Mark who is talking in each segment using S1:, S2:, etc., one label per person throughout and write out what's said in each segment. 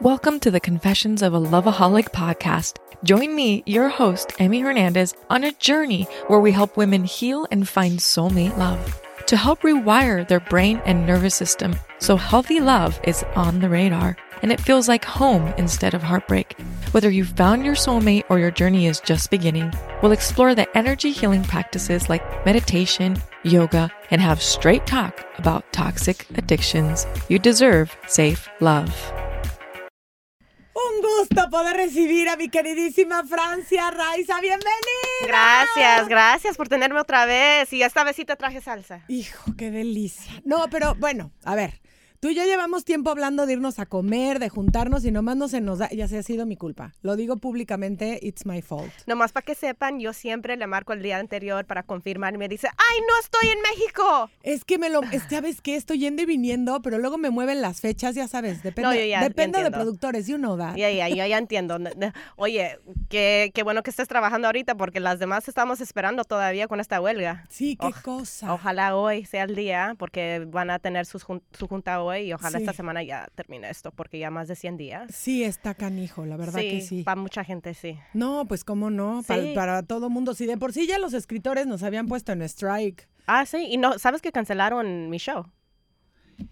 S1: Welcome to the Confessions of a Loveaholic podcast. Join me, your host, Emmy Hernandez, on a journey where we help women heal and find soulmate love to help rewire their brain and nervous system so healthy love is on the radar and it feels like home instead of heartbreak. Whether you've found your soulmate or your journey is just beginning, we'll explore the energy healing practices like meditation, yoga, and have straight talk about toxic addictions. You deserve safe love.
S2: Un gusto poder recibir a mi queridísima Francia Raiza. ¡Bienvenida!
S3: Gracias, gracias por tenerme otra vez. Y esta vez sí te traje salsa.
S2: Hijo, qué delicia. No, pero bueno, a ver. Tú y yo llevamos tiempo hablando de irnos a comer, de juntarnos y nomás no se nos da. Ya se ha sido mi culpa. Lo digo públicamente, it's my fault.
S3: Nomás para que sepan, yo siempre le marco el día anterior para confirmar y me dice, ¡ay, no estoy en México!
S2: Es que me lo. Es, ¿Sabes que Estoy yendo y viniendo, pero luego me mueven las fechas, ya sabes. Depende,
S3: No, yo ya- ya
S2: depende de
S3: entiendo.
S2: productores, y uno da.
S3: Ya, ya, yo ya entiendo. No, no. Oye, qué, qué bueno que estés trabajando ahorita porque las demás estamos esperando todavía con esta huelga.
S2: Sí, qué
S3: Oj-
S2: cosa.
S3: Ojalá hoy sea el día porque van a tener sus jun- su junta hoy y ojalá
S2: Sí.
S3: esta semana ya termine esto porque ya más de 100 días.
S2: Sí, está canijo, la verdad que sí.
S3: Para mucha gente sí.
S2: No, pues cómo no, pa-
S3: Sí.
S2: para todo mundo. Si de por sí ya los escritores nos habían puesto en strike.
S3: Ah, sí, y no, ¿sabes que cancelaron mi show?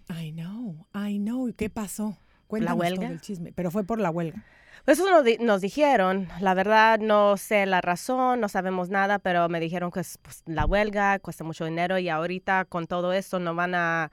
S2: I know, I know. ¿Y qué pasó? Cuéntanos
S3: huelga?
S2: todo el chisme. Pero fue por la huelga.
S3: Eso nos, di- nos dijeron, la verdad no sé la razón, no sabemos nada, pero me dijeron que es pues, la huelga cuesta mucho dinero y ahorita con todo eso no van a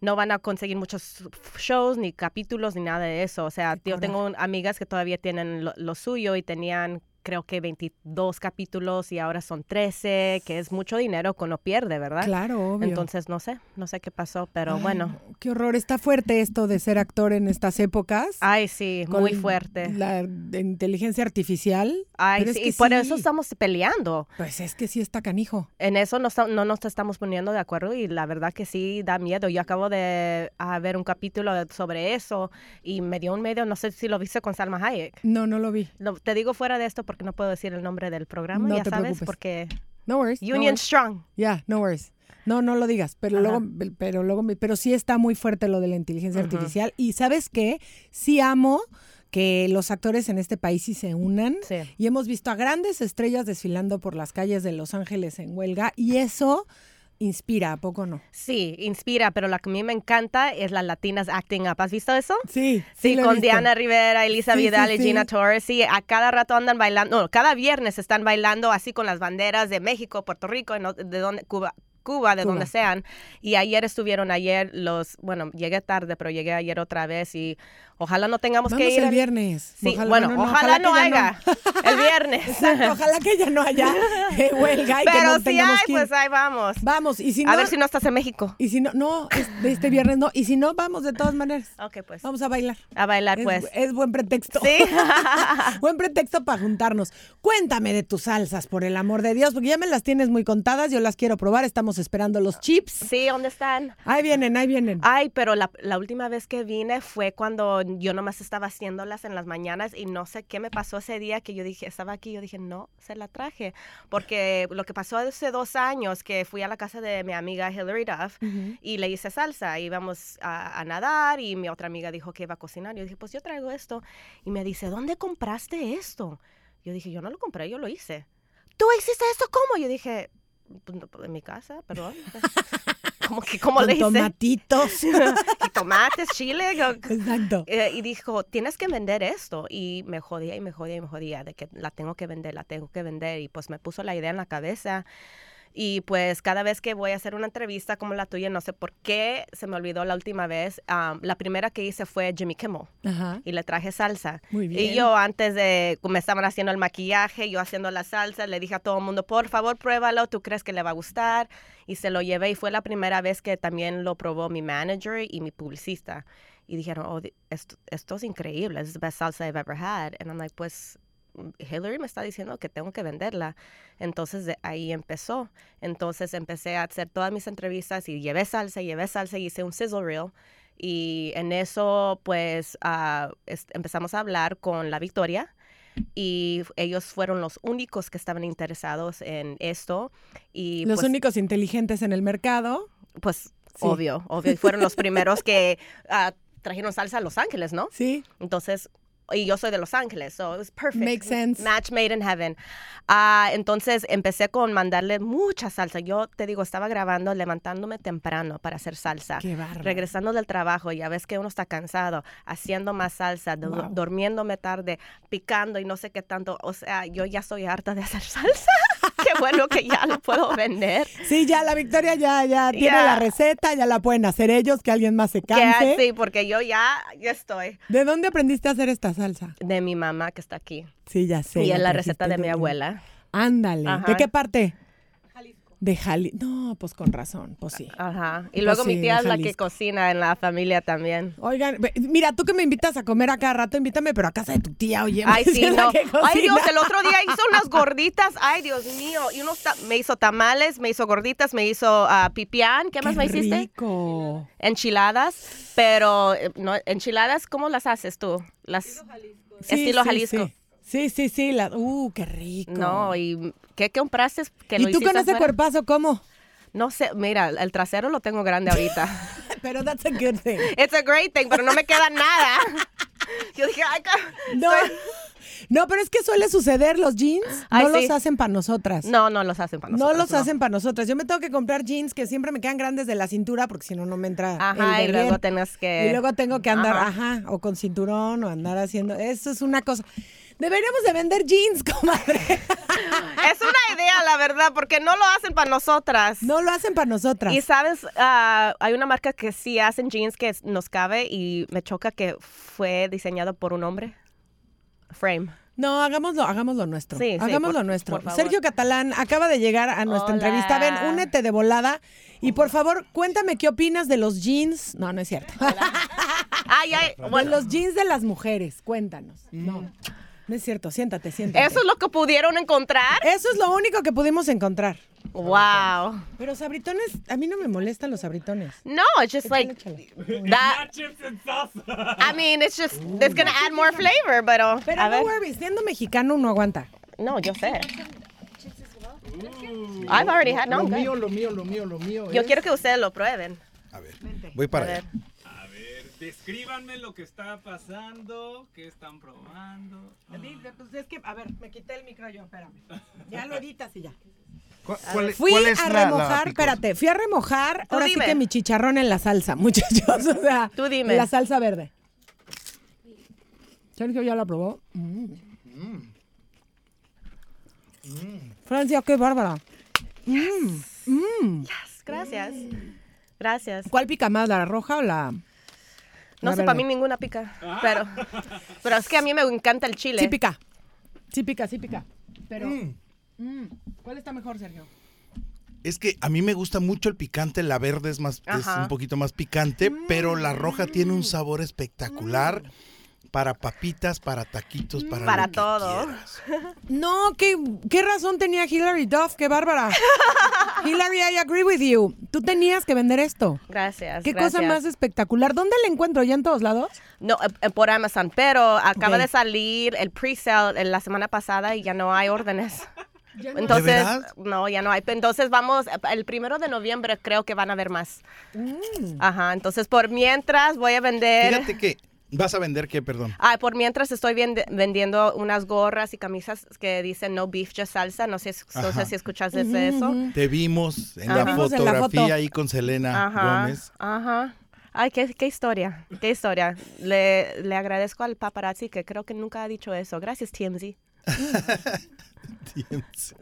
S3: no van a conseguir muchos shows ni capítulos ni nada de eso. O sea,
S2: Qué
S3: yo tengo un- amigas que todavía tienen lo, lo suyo y tenían creo que 22 capítulos y ahora son 13, que es mucho dinero que uno pierde, ¿verdad?
S2: Claro, obvio.
S3: Entonces no sé, no sé qué pasó, pero
S2: Ay,
S3: bueno.
S2: no, Qué horror. Está fuerte esto de ser actor en estas épocas.
S3: Ay, sí,
S2: con
S3: Ah, muy fuerte.
S2: La de inteligencia artificial.
S3: Ay,
S2: pero es
S3: sí,
S2: que
S3: y por eso
S2: sí.
S3: estamos peleando.
S2: Pues es que sí está canijo.
S3: En eso no, esta- no nos estamos poniendo de acuerdo y la verdad que sí da miedo. Yo acabo de ah, ver un capítulo sobre eso y me dio un medio, no sé si lo viste con Salma Hayek.
S2: No, no lo vi.
S3: Lo- te digo fuera de esto porque no puedo decir el nombre del programa,
S2: No
S3: ya
S2: te
S3: sabes,
S2: preocupes.
S3: porque
S2: No worries. no
S3: Union
S2: worries.
S3: Strong.
S2: Ya, no worries. No, no lo digas, pero
S3: Ajá.
S2: luego, pero luego, me- pero sí está muy fuerte lo de la inteligencia
S3: Ujú.
S2: artificial. Y sabes qué, sí amo que los actores en este país sí se unan.
S3: Sí.
S2: Y hemos visto a grandes estrellas desfilando por las calles de Los Ángeles en huelga y eso inspira, ¿a poco no?
S3: Sí, inspira, pero la que a mí me encanta es las latinas acting up. ¿Has visto eso?
S2: Sí,
S3: Sí, con Diana Rivera, Elisa
S2: Sí, sí,
S3: Vidal y
S2: sí.
S3: Gina Torres. Sí, a cada rato andan bailando, no, cada viernes están bailando así con las banderas de México, Puerto Rico, no- de donde, Cuba. Cuba, de
S2: Cuba.
S3: donde sean. Y ayer estuvieron, ayer los, bueno, llegué tarde, pero llegué ayer otra vez y ojalá no tengamos
S2: Vamos
S3: que ir.
S2: el
S3: al-
S2: viernes.
S3: Sí, bueno, ojalá, no,
S2: que ya
S3: haya el viernes.
S2: Exacto, ojalá que ya no haya eh, huelga y que
S3: pero
S2: no
S3: si hay,
S2: tengamos que ir.
S3: pues ahí vamos.
S2: Vamos, y si
S3: a
S2: no,
S3: ver si no estás en México.
S2: y si no, no, es- de este viernes no, y si no, vamos de todas maneras.
S3: Ok, pues.
S2: Vamos a bailar.
S3: A bailar,
S2: Es,
S3: pues.
S2: es buen pretexto.
S3: Sí.
S2: buen pretexto para juntarnos. Cuéntame de tus salsas, por el amor de Dios, porque ya me las tienes muy contadas, yo las quiero probar, estamos esperando los chips.
S3: sí, ¿dónde están?
S2: Ahí vienen, ahí vienen.
S3: Ay, pero la, la última vez que vine fue cuando yo nomás estaba haciéndolas en las mañanas y no sé qué me pasó ese día que yo dije, estaba aquí, yo dije, no, se la traje. Porque lo que pasó hace dos años que fui a la casa de mi amiga Hillary Duff
S2: Ujú.
S3: y le hice salsa, íbamos a, a nadar y mi otra amiga dijo que iba a cocinar. Yo dije, pues yo traigo esto. Y me dice, ¿dónde compraste esto? Yo dije, yo no lo compré, yo lo hice. ¿Tú hiciste esto cómo? Yo dije, "Pues, no, pues, en mi casa, perdón. ¿Cómo, que, ¿Cómo
S2: Con
S3: le hice?
S2: tomatitos.
S3: y tomates, chile. yo-
S2: Exacto.
S3: eh, y dijo, tienes que vender esto. Y me jodía y me jodía y me jodía de que la tengo que vender, la tengo que vender. Y pues me puso la idea en la cabeza. Y pues cada vez que voy a hacer una entrevista como la tuya, no sé por qué se me olvidó la última vez. um, la primera que hice fue Jimmy Kimmel
S2: Ajá.
S3: y le traje salsa.
S2: Muy bien.
S3: Y yo antes de, me estaban haciendo el maquillaje, yo haciendo la salsa, le dije a todo el mundo, por favor, pruébalo, tú crees que le va a gustar. Y se lo llevé y fue la primera vez que también lo probó mi manager y mi publicista. Y dijeron, oh, di- esto, esto es increíble, es la best salsa I've ever had. And I'm like, pues Hillary me está diciendo que tengo que venderla. Entonces de ahí empezó. Entonces empecé a hacer todas mis entrevistas y llevé salsa, llevé salsa y hice un sizzle reel. Y en eso, pues, ah, es- empezamos a hablar con la Victoria y f- ellos fueron los únicos que estaban interesados en esto. Y
S2: los
S3: pues,
S2: únicos inteligentes en el mercado.
S3: pues
S2: Sí.
S3: obvio, obvio, y fueron los primeros que ah, trajeron salsa a Los Ángeles, ¿no?
S2: Sí.
S3: Entonces, y yo soy de Los Ángeles, so it was perfect.
S2: Makes sense.
S3: Match made in heaven. Ah, entonces empecé con mandarle mucha salsa. Yo te digo, estaba grabando, levantándome temprano para hacer salsa.
S2: Qué bárbaro.
S3: Regresando del trabajo, ya ves que uno está cansado, haciendo más salsa, du-
S2: Wow.
S3: durmiéndome tarde, picando y no sé qué tanto. O sea, yo ya soy harta de hacer salsa. qué bueno que ya lo puedo vender.
S2: Sí, ya la Victoria ya, ya tiene
S3: Ya.
S2: la receta, ya la pueden hacer ellos, que alguien más se
S3: Que
S2: canse.
S3: sí, porque yo ya, ya estoy.
S2: ¿De dónde aprendiste a hacer esta salsa?
S3: De mi mamá que está aquí.
S2: Sí, ya sé.
S3: y es la
S2: trajiste
S3: receta de mi
S2: Yolanda.
S3: abuela.
S2: Ándale.
S3: Ajá.
S2: ¿De qué parte? De Jalisco. No, pues con razón, pues sí.
S3: Ajá. Y
S2: Pues
S3: luego
S2: sí,
S3: mi tía es la que
S2: Jalisco.
S3: cocina en la familia también.
S2: Oigan, ve- mira, tú que me invitas a comer a cada rato, invítame, pero a casa de tu tía, oye.
S3: Ay,
S2: porque
S3: sí,
S2: es la
S3: no.
S2: que
S3: Ay, Dios,
S2: cocina.
S3: el otro día hizo unas gorditas. Ay, Dios mío. Y unos ta- me hizo tamales, me hizo gorditas, me hizo ah, pipián. ¿Qué más
S2: Qué
S3: me hiciste?
S2: rico.
S3: Enchiladas. Pero, eh, no, enchiladas, ¿cómo las haces tú? Las... Estilo Jalisco.
S2: Sí, sí, sí. Sí, sí, sí. la- Uh, qué rico.
S3: No, ¿y qué compraste? Que lo
S2: ¿Y tú con
S3: hiciste
S2: ese
S3: afuera?
S2: cuerpazo cómo?
S3: No sé, mira, el trasero lo tengo grande ahorita.
S2: Pero that's a good thing.
S3: It's a great thing, pero no me queda nada. Yo dije, ay, ca-
S2: No. No, pero es que suele suceder los jeans.
S3: Ay,
S2: no
S3: sí.
S2: los hacen para nosotras.
S3: No, no los hacen para
S2: No
S3: nosotros.
S2: los hacen para nosotras. Yo me tengo que comprar jeans que siempre me quedan grandes de la cintura porque si no, no me entra.
S3: Ajá,
S2: el
S3: y
S2: berrier.
S3: luego tenés que.
S2: Y luego tengo que andar,
S3: Ajá.
S2: ajá. o con cinturón o andar haciendo. Eso es una cosa. Deberíamos de vender jeans, comadre.
S3: Es una idea, la verdad, porque no lo hacen para nosotras.
S2: No lo hacen para nosotras.
S3: Y sabes, ah, hay una marca que sí hacen jeans que nos cabe y me choca que fue diseñado por un hombre. Frame.
S2: No, hagámoslo, hagámoslo nuestro.
S3: Sí, sí,
S2: hagámoslo
S3: por-
S2: nuestro.
S3: por favor.
S2: Sergio Catalán acaba de llegar a nuestra
S3: Hola.
S2: entrevista. Ven, únete de volada. Y por favor, cuéntame qué opinas de los jeans. No, no es cierto.
S3: Ay, ay,
S2: De
S3: bueno, Mm.
S2: los jeans de las mujeres. Cuéntanos. No. No es cierto. Siéntate, siéntate.
S3: eso es lo que pudieron encontrar.
S2: Eso es lo único que pudimos encontrar.
S3: Wow.
S2: Pero sabritones, a mí no me molestan los sabritones.
S3: No, it's just like
S2: Échale.
S3: that. I mean, it's just it's gonna add more flavor, pero
S2: Pero
S3: a
S2: no
S3: ver.
S2: worries, siendo mexicano uno aguanta.
S3: No, yo sé. Mm. I've already had. No,
S4: lo
S3: I'm good.
S4: mío, lo mío, lo mío, lo mío.
S3: Yo
S4: es-
S3: quiero que ustedes lo prueben.
S4: A ver, voy para
S3: A ver.
S4: allá.
S5: A ver, descríbanme lo que está pasando, qué están probando.
S2: Pues es que, a ver, me quité el micro yo, espérame. Ya lo editas y ya.
S4: ¿Cuál, cuál es-
S2: Fui
S4: cuál es
S2: a
S4: la- la
S2: remojar,
S4: picosa?
S2: espérate, fui a remojar,
S3: Tú
S2: ahora
S3: dime.
S2: sí que mi chicharrón en la salsa, muchachos, o sea,
S3: Tú dime.
S2: la salsa verde. Sergio ya la probó. Mm.
S4: Mm.
S2: Francia, qué bárbara.
S3: Gracias. Gracias.
S2: ¿Cuál pica más, la roja o la...?
S3: No
S2: la
S3: sé, para
S2: verde?
S3: mí ninguna pica. Pero, pero es que a mí me encanta el chile.
S2: Sí pica, sí pica, sí pica, pero... Mm. ¿Cuál está mejor, Sergio?
S4: Es que a mí me gusta mucho el picante, la verde es más es
S3: Ajá.
S4: un poquito más picante, pero la roja tiene
S2: Mm.
S4: un sabor espectacular para papitas, para
S2: Mm,
S4: taquitos, para
S3: Para
S4: lo que
S3: todo.
S4: quieras.
S2: No, ¿qué, qué razón tenía Hillary Duff? ¡Qué bárbara! Hillary, I agree with you. Tú tenías que vender esto.
S3: Gracias.
S2: Qué
S3: gracias.
S2: cosa más espectacular. ¿Dónde la encuentro? ¿Ya en todos lados?
S3: No, eh, eh, por Amazon, pero acaba
S2: Ok.
S3: de salir el pre-sale eh, la semana pasada y ya no hay órdenes. Entonces,
S4: ¿De verdad?
S3: no, ya no hay. Entonces vamos, eh, el primero de noviembre creo que van a haber más. Ajá, entonces por mientras voy a
S2: Er.
S3: vender...
S4: Mm. Fíjate que vas a vender qué, perdón.
S3: Ah, por mientras estoy vende- vendiendo unas gorras y camisas que dicen no beef, just salsa. No sé, si- no sé
S4: Ajá.
S3: si escuchaste de eso.
S4: Te vimos en
S2: Te
S4: la
S2: vimos en la
S4: fotografía
S2: foto.
S4: ahí con Selena
S3: Ajá.
S4: Ah, Gómez.
S3: Ajá. Ay, qué, qué historia, qué historia. Le, le agradezco al paparazzi que creo que nunca ha dicho eso. Gracias, TMZ.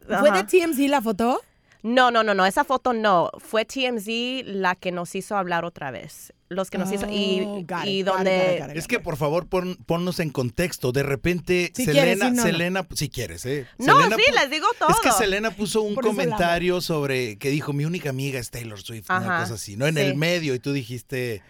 S2: ¿Fue
S3: Ajá.
S2: de TMZ la foto?
S3: No, no, no, no, esa foto no. Fue TMZ la que nos hizo hablar otra vez. Los que nos hizo. Y,
S2: Oh, got
S3: y
S2: it, got it,
S3: donde.
S2: got it, got it.
S4: Es que por favor pon- ponnos en contexto. De repente
S2: Si
S4: Selena,
S2: quieres, sí, no, no.
S4: Selena, si quieres, eh.
S3: No,
S4: Selena
S3: sí,
S4: pu-
S3: les digo
S4: Es que
S3: todo.
S4: Selena puso un
S2: Por eso la amo.
S4: comentario sobre que dijo mi única amiga es Taylor Swift,
S3: Ajá,
S4: una cosa así, ¿no? En
S3: sí.
S4: el medio y tú dijiste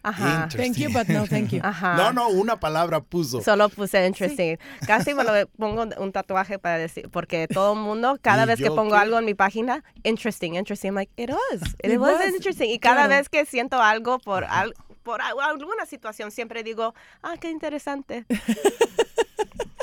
S3: Ajá.
S4: interesting.
S2: Thank you, but no thank you.
S3: Ajá.
S4: No, no, una palabra puso.
S3: Solo puse interesting. Casi me lo pongo un tatuaje para decir, porque todo el mundo, cada
S4: ¿Y
S3: vez que
S4: yo
S3: pongo
S4: qué?
S3: algo en mi página, interesting, interesting, I'm like, it was, it,
S2: It
S3: was,
S2: was,
S3: interesting. Y cada
S2: claro.
S3: vez que siento algo por, al- por al- alguna situación, siempre digo, ah, qué interesante.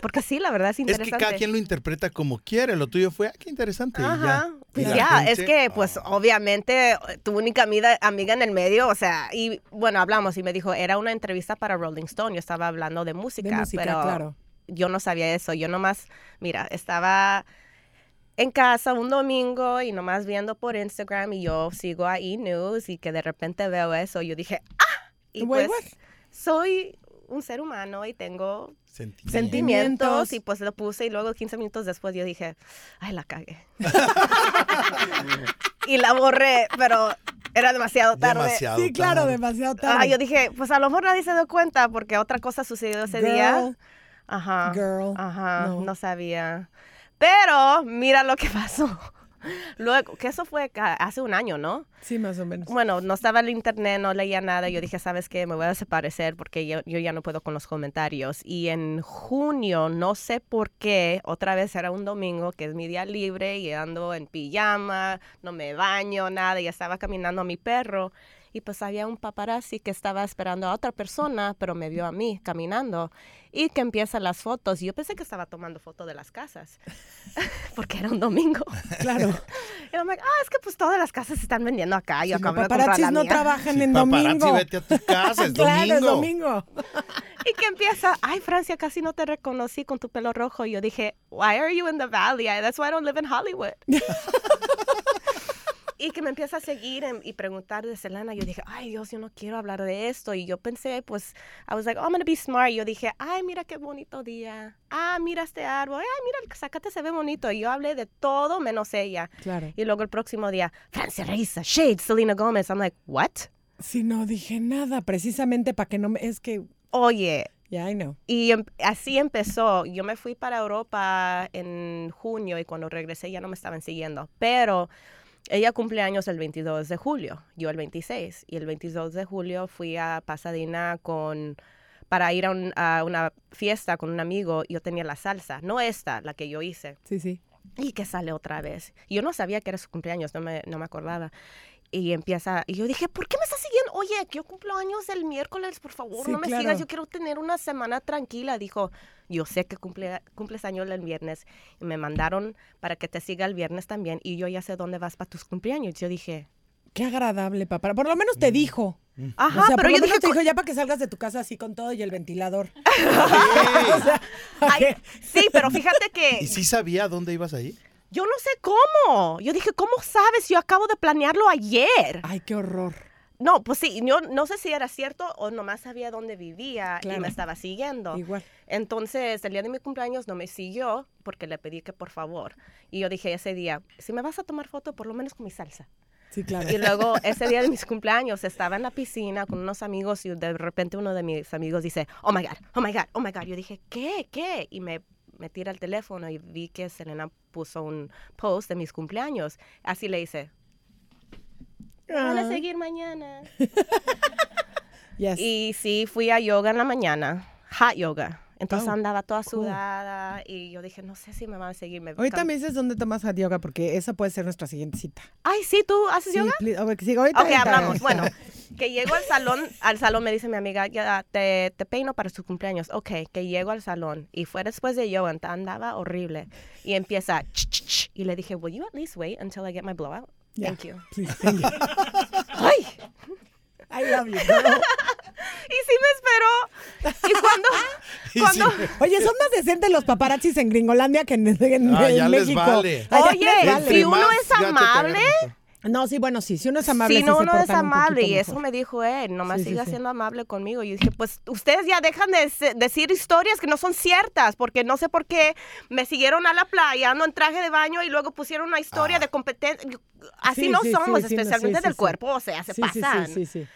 S3: porque sí, la verdad es
S4: es que
S3: interesante.
S4: cada quien lo interpreta como quiere, lo tuyo fue, ah, qué interesante. y ya.
S3: Ajá.
S4: Y
S3: Pues
S4: la
S3: ya, es
S4: gente- ah. oh,
S3: que pues obviamente tu única amiga, amiga en el medio, o sea, y bueno, hablamos y me dijo, era una entrevista para Rolling Stone, yo estaba hablando de música,
S2: De música,
S3: pero
S2: claro.
S3: yo no sabía eso, yo nomás, mira, estaba en casa un domingo y nomás viendo por Instagram y yo sigo a E-News y que de repente veo eso, yo dije, ¡ah! Y
S2: Wait,
S3: pues soy un ser humano y tengo
S4: Sentimiento.
S3: sentimientos
S2: Sentimientos.
S3: y pues lo puse y luego 15 minutos después yo dije, ay, la cagué. y la borré, pero era demasiado tarde.
S4: Demasiado
S2: Sí, claro,
S4: tarde.
S2: demasiado tarde.
S3: Ah, yo dije, pues a lo mejor nadie se dio cuenta porque otra cosa sucedió ese día.
S2: Girl,
S3: Ajá.
S2: girl,
S3: Ajá,
S2: no.
S3: no. sabía. Pero mira lo que pasó. Luego, que eso fue ca- hace un año, ¿no?
S2: Sí, más o menos.
S3: Bueno, no estaba en el internet, no leía nada. Yo dije, ¿sabes qué? Me voy a desaparecer porque yo, yo ya no puedo con los comentarios. Y en junio, no sé por qué, otra vez era un domingo, que es mi día libre, y ando en pijama, no me baño, nada. Y estaba caminando a mi perro. Y pues había un paparazzi que estaba esperando a otra persona, pero me vio a mí caminando. Y que empiezan las fotos. Y yo pensé que estaba tomando fotos de las casas, porque era un domingo.
S2: Claro.
S3: Y I'm like, ah, es que pues todas las casas se están vendiendo acá. Yo
S2: Si los
S3: acabo de comprar
S2: paparazzis
S3: la
S2: no
S3: mía.
S2: trabajan
S4: Sí,
S2: en
S4: paparazzi,
S2: domingo. Ah,
S4: vete a tu casa, es
S2: claro, es
S4: domingo.
S2: domingo.
S3: Y que empieza, ay, Francia, casi no te reconocí con tu pelo rojo. Y yo dije, why are you in the valley? I- That's why I don't live in Hollywood. y que me empieza a seguir em- y preguntar de Selena. Yo dije, ay, Dios, yo no quiero hablar de esto. Y yo pensé, pues, I was like, oh, I'm gonna be smart. Y yo dije, ay, mira qué bonito día. Ah, mira este árbol. Ay, mira, el zacate se ve bonito. Y yo hablé de todo menos ella.
S2: Claro.
S3: Y luego el próximo día, Francia Reyes, Shade, Selena Gomez. I'm like, what?
S2: Si no dije nada, precisamente para que no me. Es que.
S3: Oye,
S2: Ya, I know.
S3: Y em- así empezó. Yo me fui para Europa en junio y cuando regresé ya no me estaban siguiendo. Pero ella cumple años el 22 de julio, yo el 26. Y el 22 de julio fui a Pasadena con, para ir a, un- a una fiesta con un amigo. Yo tenía la salsa, no esta, la que yo hice.
S2: Sí, sí.
S3: Y que sale otra vez. Yo no sabía que era su cumpleaños, no me, no me acordaba. Y empieza, y yo dije, ¿por qué me estás siguiendo? Oye, que yo cumplo años el miércoles, por favor,
S2: Sí,
S3: no me
S2: claro.
S3: sigas, yo quiero tener una semana tranquila. Dijo, yo sé que cumple, cumples años el viernes. Y me mandaron para que te siga el viernes también. Y yo ya sé dónde vas para tus cumpleaños. Yo dije,
S2: Qué agradable, papá. Por lo
S4: Mm.
S2: menos te dijo.
S3: ajá,
S2: Mm. o sea,
S3: pero
S2: por lo
S3: yo
S2: menos
S3: dije,
S2: te
S3: "Co-
S2: dijo ya para que salgas de tu casa así con todo y el ventilador.
S4: Sí.
S2: o sea,
S3: ay,
S2: ¿qué?
S3: sí, pero fíjate que
S4: ¿Y sí sabía dónde ibas ahí?
S3: yo no sé cómo. Yo dije, ¿cómo sabes? Yo acabo de planearlo ayer.
S2: Ay, qué horror.
S3: No, pues sí, yo no sé si era cierto o nomás sabía dónde vivía y
S2: Claro.
S3: me estaba siguiendo.
S2: Igual.
S3: Entonces, el día de mi cumpleaños no me siguió porque le pedí que por favor. Y yo dije ese día, si me vas a tomar foto, por lo menos con mi salsa.
S2: Sí, claro.
S3: Y luego, ese día de mis cumpleaños, estaba en la piscina con unos amigos y de repente uno de mis amigos dice, oh my God, oh my God, oh my God. Yo dije, ¿qué? ¿Qué? Y me, me tira el teléfono y vi que Selena puso un post de mis cumpleaños. Así le hice, van a
S2: Ah,
S3: seguir mañana.
S2: yes.
S3: Y sí, fui a yoga en la mañana, hot yoga. Entonces
S2: Oh,
S3: andaba toda
S2: cool.
S3: sudada y yo dije, no sé si me van a seguir. Me
S2: Ahorita
S3: cam-
S2: me dices dónde tomas a yoga porque esa puede ser nuestra siguiente cita.
S3: Ay, sí, ¿tú haces
S2: Sí,
S3: yoga?
S2: please. A ver, que siga. ahorita,
S3: Ok,
S2: ahorita,
S3: hablamos.
S2: ahorita.
S3: Bueno, que llego al salón, al salón me dice mi amiga, ya te, te peino para su cumpleaños. Ok, que llego al salón y fue después de yoga, ent- andaba horrible. Y empieza, ch, ch, ch, y le dije, will you at least wait until I get my blowout?
S2: Ya.
S3: Thank you.
S2: Please, thank you.
S3: Ay,
S2: I love you. girl.
S3: y sí me esperó. Y cuando,
S4: Y
S3: cuando,
S4: sí.
S2: Oye, son más decentes los paparazzis en Gringolandia que en, en-
S4: Ah,
S2: en
S4: ya les
S2: México.
S4: vale.
S2: Ah, ya les
S3: Oye,
S2: vale.
S3: si uno
S4: más
S3: es
S4: gacho te
S3: amable,
S4: agarra.
S2: No, sí, bueno, sí. Si uno es amable,
S3: si no,
S2: sí se
S3: uno es
S2: portan un poquito
S3: amable. Y eso
S2: mejor.
S3: me dijo él, nomás
S2: Sí, sí,
S3: siga
S2: sí.
S3: siendo amable conmigo. Y dije, pues ustedes ya dejan de se- decir historias que no son ciertas, porque no sé por qué me siguieron a la playa, ando en traje de baño y luego pusieron una historia
S4: Ah.
S3: de competencia. Así
S2: Sí,
S3: no
S2: sí, sí,
S3: somos,
S2: sí, no,
S3: especialmente
S2: sí, sí,
S3: del
S2: sí.
S3: cuerpo, o sea, se
S2: sí, sí,
S3: pasan.
S2: sí, sí, sí.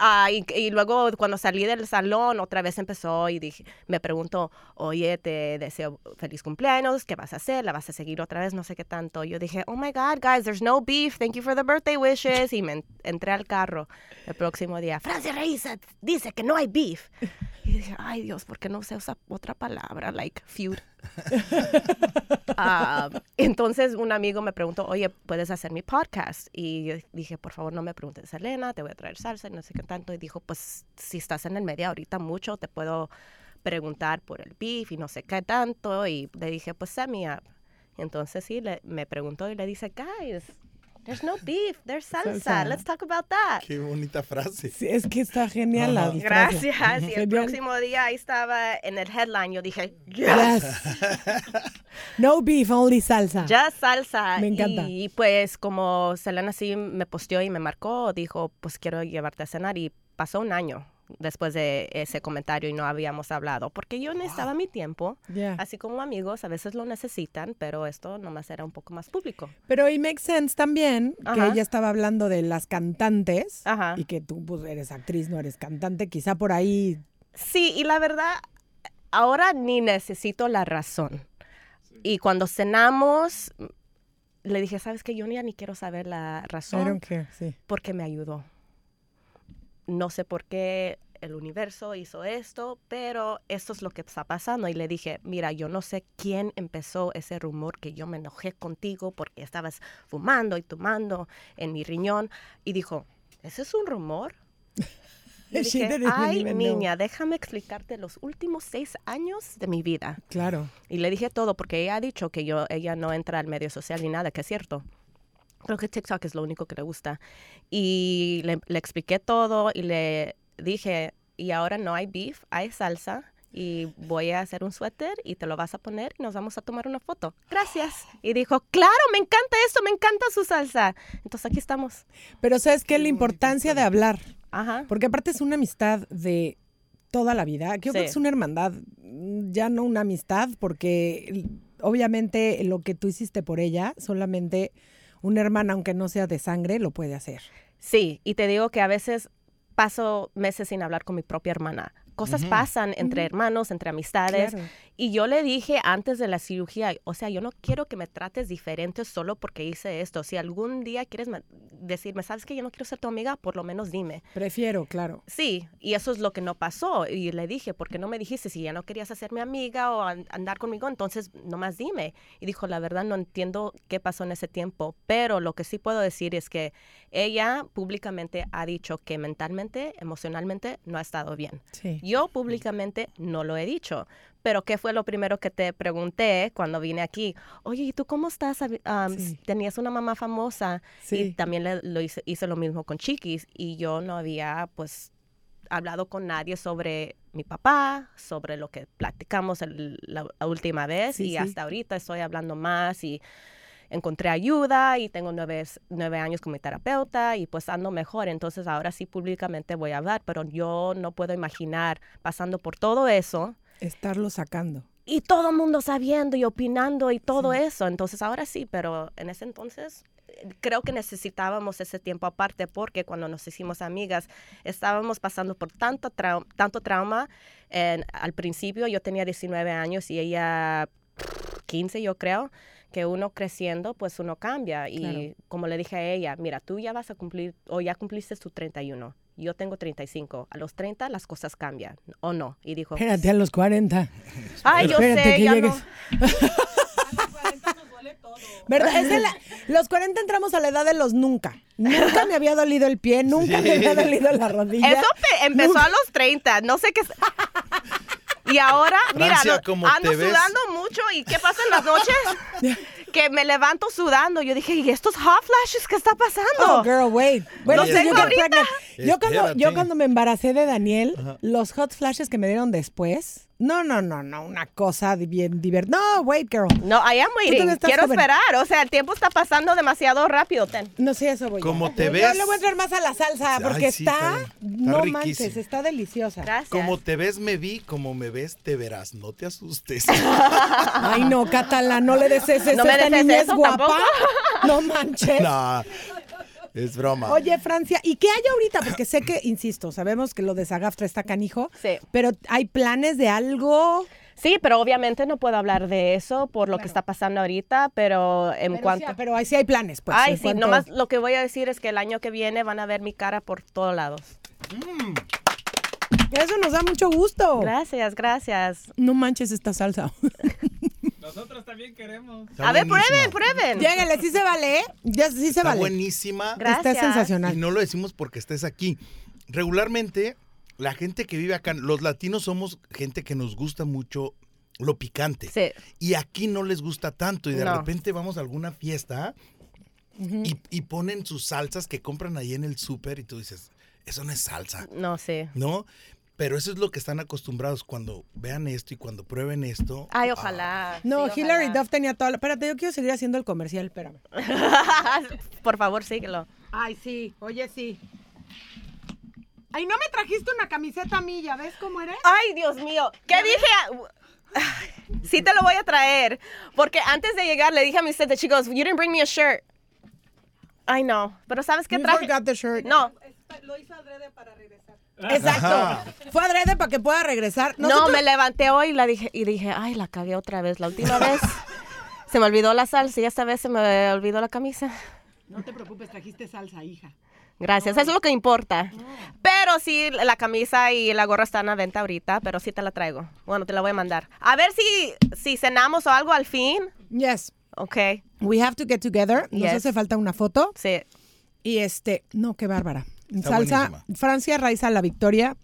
S3: Ah, y, y luego cuando salí del salón otra vez empezó y dije, me preguntó, oye, te deseo feliz cumpleaños, ¿qué vas a hacer? ¿La vas a seguir otra vez? No sé qué tanto. Yo dije, oh my God, guys, there's no beef. Thank you for the birthday wishes. Y me en- entré al carro el próximo día. Francia Reyes dice que no hay beef. Y dije, ay Dios, ¿por qué no se usa otra palabra? Like feud. Ah, entonces un amigo me preguntó, oye, ¿puedes hacer mi podcast? Y yo dije, por favor, no me preguntes, Elena, te voy a traer salsa y no sé qué tanto. Y dijo, pues si estás en el medio ahorita mucho, te puedo preguntar por el beef y no sé qué tanto. Y le dije, pues set me up. Entonces sí, le- me preguntó y le dice, guys, there's no beef, there's salsa.
S2: Salsa.
S3: Let's talk about that.
S4: Qué bonita frase.
S2: Sí, es que está genial la
S4: Ajá.
S2: distancia.
S3: Gracias. Y el
S2: Genial.
S3: próximo día ahí estaba en el headline. Yo dije, yes,
S2: Yes. No beef, only salsa.
S3: ya salsa.
S2: Me encanta.
S3: Y, pues como Selena sí me posteó y me marcó, dijo, pues quiero llevarte a cenar. Y pasó un año después de ese comentario y no habíamos hablado. Porque yo necesitaba mi tiempo.
S2: Ya.
S3: Así como amigos a veces lo necesitan, pero esto nomás era un poco más público.
S2: Pero y makes sense también
S3: Ajá.
S2: que ella estaba hablando de las cantantes
S3: Ajá.
S2: y que tú pues, eres actriz, no eres cantante, quizá por ahí.
S3: Sí, y la verdad, ahora ni necesito la razón. Y cuando cenamos, m- le dije, ¿sabes qué? Yo ya ni quiero saber la razón
S2: sí.
S3: porque me ayudó. No sé por qué el universo hizo esto, pero esto es lo que está pasando. Y le dije, mira, yo no sé quién empezó ese rumor que yo me enojé contigo porque estabas fumando y tomando en mi riñón. Y dijo, ¿ese es un rumor? Yo
S2: She
S3: dije,
S2: didn't
S3: ay,
S2: even know".
S3: niña, déjame explicarte los últimos seis años de mi vida.
S2: Claro.
S3: Y le dije todo porque ella ha dicho que yo, ella no entra al medio social ni nada, que es cierto. Creo que TikTok es lo único que le gusta. Y le, le expliqué todo y le dije, y ahora no hay beef, hay salsa. Y voy a hacer un suéter y te lo vas a poner y nos vamos a tomar una foto. Gracias. Y dijo, claro, me encanta esto, me encanta su salsa. Entonces aquí estamos.
S2: Pero ¿sabes qué? La importancia de hablar.
S3: Ajá.
S2: Porque aparte es una amistad de toda la vida. que Yo creo
S3: Sí.
S2: que es una hermandad, mm, ya no una amistad, porque l- obviamente lo que tú hiciste por ella, solamente una hermana, aunque no sea de sangre, lo puede hacer.
S3: Sí, y te digo que a veces paso meses sin hablar con mi propia hermana. Cosas
S4: Ujú.
S3: pasan entre hermanos, entre amistades.
S2: Claro.
S3: Y yo le dije antes de la cirugía, o sea, yo no quiero que me trates diferente solo porque hice esto. Si algún día quieres ma- decirme, sabes que yo no quiero ser tu amiga, por lo menos dime.
S2: Prefiero, claro.
S3: Sí, y eso es lo que no pasó. Y le dije, ¿por qué no me dijiste si ya no querías hacerme amiga o an- andar conmigo? Entonces, nomás dime. Y dijo, la verdad no entiendo qué pasó en ese tiempo, pero lo que sí puedo decir es que ella públicamente ha dicho que mentalmente, emocionalmente, no ha estado bien.
S2: Sí.
S3: Yo públicamente no lo he dicho, pero ¿qué fue lo primero que te pregunté cuando vine aquí? Oye, ¿y tú cómo estás? Abi- am,
S2: Sí.
S3: Tenías una mamá famosa. Y
S2: Sí.
S3: también le- lo hice, hice lo mismo con Chiquis y yo no había pues hablado con nadie sobre mi papá, sobre lo que platicamos el- la, la última vez
S2: Sí,
S3: y
S2: sí.
S3: hasta ahorita estoy hablando más y encontré ayuda y tengo nueve, nueve años con mi terapeuta y pues ando mejor, entonces ahora sí públicamente voy a hablar, pero yo no puedo imaginar pasando por todo eso
S2: Estarlo sacando.
S3: y todo el mundo sabiendo y opinando y todo eso. Entonces ahora sí, pero en ese entonces eh, creo que necesitábamos ese tiempo aparte porque cuando nos hicimos amigas estábamos pasando por tanto, trau- tanto trauma. En- al principio yo tenía 19 años y ella 15 yo creo, que uno creciendo pues uno cambia. Y
S2: Claro.
S3: como le dije a ella, mira, tú ya vas a cumplir o ya cumpliste tu 31. Yo tengo 35. A los 30 las cosas cambian, ¿o no? Y dijo,
S2: Espérate a los 40.
S3: ay, yo
S2: Espérate
S3: sé,
S2: que
S3: ya
S2: llegues.
S3: no.
S2: ¿Verdad? Es de la- los 40 entramos a la edad de los nunca. Nunca me había dolido el pie, nunca me había dolido la rodilla.
S3: Eso pe- empezó a los 30, no sé qué. es- Y ahora,
S4: Francia,
S3: mira, no-
S4: ¿cómo
S3: ando
S4: te ves?
S3: sudando mucho y ¿qué pasa en las noches? que me levanto sudando. Yo dije, ¿y estos hot flashes qué está pasando?
S2: Oh, girl, wait. Bueno,
S4: No
S2: sí,
S4: sé,
S2: you got
S3: ahorita.
S2: pregnant. Yo cuando, yo
S4: Espérate.
S2: cuando me embaracé de Daniel,
S4: Ajá.
S2: los hot flashes que me dieron después. No, no, no, no. Una cosa di- bien divertida. No, wait, girl.
S3: No, I am
S2: Tú todavía
S3: waiting.
S2: estás
S3: Quiero
S2: joven.
S3: esperar. O sea, el tiempo está pasando demasiado rápido. Ten.
S2: No sé, eso voy.
S4: Como
S2: yo.
S4: te
S2: Yo
S4: ves-
S2: le voy a entrar más a la salsa
S4: Ay,
S2: porque
S4: sí,
S2: está,
S4: está bien. Está
S2: No
S4: riquísimo.
S2: manches, está deliciosa.
S3: Gracias.
S4: Como te ves, me vi. Como me ves, te verás. No te asustes.
S2: Ay, no, Catalán, no le des eso.
S3: No me
S2: esta
S3: des
S2: niña es
S3: eso
S2: guapa.
S3: tampoco.
S2: No manches.
S4: no, es broma.
S2: Oye, Francia, ¿y qué hay ahorita? Porque sé que, insisto, sabemos que lo de Sagaftra está canijo.
S3: Sí.
S2: Pero ¿hay planes de algo?
S3: Sí, pero obviamente no puedo hablar de eso por lo que está pasando ahorita, pero en
S2: Pero
S3: cuanto...
S2: sí, pero ahí sí hay planes, pues.
S3: Ay,
S2: en
S3: sí,
S2: cuanto-
S3: nomás lo que voy a decir es que el año que viene van a ver mi cara por todos lados.
S2: Eso nos da mucho gusto.
S3: Gracias, gracias.
S2: No manches esta salsa.
S5: Nosotros también queremos.
S4: Está
S3: a ver,
S4: buenísima.
S3: prueben, prueben.
S2: Lléguenle, sí se vale, ¿eh? Ya sí se
S4: Está
S2: vale.
S4: buenísima.
S3: Gracias.
S2: Está sensacional.
S4: Y no lo decimos porque estés aquí. Regularmente, la gente que vive acá, los latinos somos gente que nos gusta mucho lo picante.
S3: Sí.
S4: Y aquí no les gusta tanto. Y de
S3: No.
S4: repente vamos a alguna fiesta y, y ponen sus salsas que compran ahí en el súper y tú dices, eso no es salsa,
S3: No sé.
S4: ¿no? Pero eso es lo que están acostumbrados cuando vean esto y cuando prueben esto.
S3: Ay,
S4: ah,
S3: ojalá.
S2: No,
S3: sí,
S2: Hillary
S3: ojalá.
S2: Duff tenía todo. Espérate, yo quiero seguir haciendo el comercial, espérame.
S3: Por favor, síguelo.
S6: Ay, sí, oye, sí. Ay, no me trajiste una camiseta a mí, ¿ya ves cómo eres?
S3: Ay, Dios mío. ¿Qué dije? Ay, Sí te lo voy a traer. Porque antes de llegar le dije a mis siete chicos, you didn't bring me a shirt. Ay, no. Pero ¿sabes qué
S2: We
S3: traje?
S2: forgot the shirt.
S3: No.
S6: Lo hizo adrede para regresar.
S2: Exacto.
S4: Ajá.
S2: Fue adrede para que pueda regresar.
S3: No, me levanté hoy y, la dije, y dije, ay, la cagué otra vez. La última vez se me olvidó la salsa y esta vez se me olvidó la camisa.
S6: No te preocupes, trajiste salsa, hija.
S3: Gracias, eso es lo que importa. Pero sí, la camisa y la gorra están a venta ahorita, pero sí te la traigo. Bueno, te la voy a mandar. A ver si, si cenamos o algo al fin.
S2: Yes.
S3: Ok,
S2: We have to get together. Nos
S3: Yes.
S2: hace falta una foto.
S3: sí.
S2: Y este, no, qué bárbara. Salsa,
S4: buenísima.
S2: Francia, raíz a la victoria.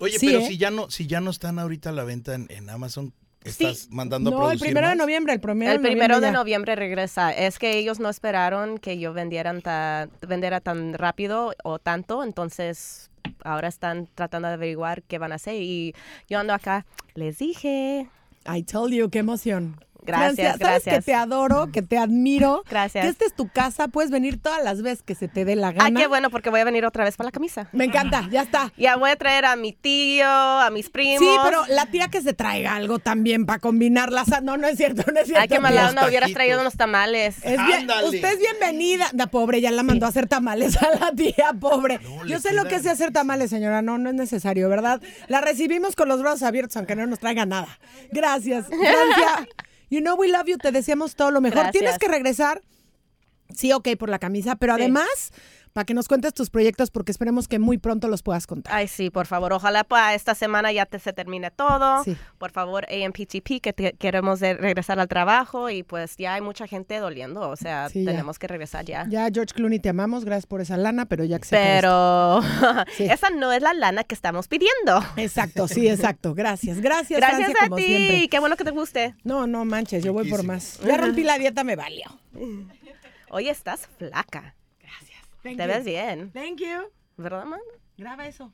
S4: Oye,
S2: Sí,
S4: pero
S2: ¿eh?
S4: si ya no, si ya no están ahorita a la venta en, en Amazon, estás mandando a
S2: no, el
S4: producir
S2: primero de
S4: más?
S2: noviembre, el primero
S3: El
S2: de noviembre.
S3: primero de
S2: ya.
S3: noviembre regresa. Es que ellos no esperaron que yo vendieran ta- vendiera tan rápido o tanto, entonces ahora están tratando de averiguar qué van a hacer y yo ando acá. Les dije.
S2: I told you, qué emoción.
S3: Gracias,
S2: Francia, ¿sabes
S3: gracias.
S2: que te adoro, que te admiro.
S3: Gracias.
S2: Que esta es tu casa, puedes venir todas las veces que se te dé la
S3: Ah,
S2: gana.
S3: qué bueno, porque voy a venir otra vez para la camisa.
S2: Me encanta, ya está.
S3: Ya voy a traer a mi tío, a mis primos.
S2: Sí, pero la tía que se traiga algo también para combinarla. No, no es cierto, no es cierto.
S3: Ay, qué
S2: tía.
S3: mala
S4: Unos
S3: onda, hubieras
S4: taquitos.
S3: traído unos tamales.
S2: Es bien-
S4: Ándale.
S2: usted es bienvenida. La pobre ya la mandó a hacer tamales a la tía, pobre.
S4: No, le
S2: Yo sé lo que
S4: queda
S2: es hacer tamales, señora. No, no es necesario, ¿verdad? La recibimos con los brazos abiertos, aunque no nos traiga nada. Gracias. Francia, you know we love you. Te deseamos todo lo mejor.
S3: Gracias.
S2: Tienes que regresar. Sí, ok, por la camisa, pero además, para que nos cuentes tus proyectos, porque esperemos que muy pronto los puedas contar.
S3: Ay, sí, por favor. Ojalá para esta semana ya te- se termine todo.
S2: Sí.
S3: Por favor, AMPTP, que te- queremos de- regresar al trabajo y pues ya hay mucha gente doliendo. O sea,
S2: Sí, ya.
S3: tenemos que regresar ya.
S2: Ya, George Clooney, te amamos. Gracias por esa lana, pero ya que se acabe
S3: Pero
S2: Sí.
S3: esa no es la lana que estamos pidiendo.
S2: esto. Exacto, sí, exacto. Gracias, gracias.
S3: Gracias
S2: Francia,
S3: a
S2: como
S3: ti.
S2: siempre.
S3: Qué bueno que te guste.
S2: No, no manches, yo voy por
S4: Riquísimo.
S2: más. Ya rompí la dieta, me valió.
S3: Hoy estás flaca.
S6: Gracias. Thank
S3: Te
S6: you.
S3: ves bien.
S6: Thank you.
S3: ¿Verdad, man?
S6: Graba eso.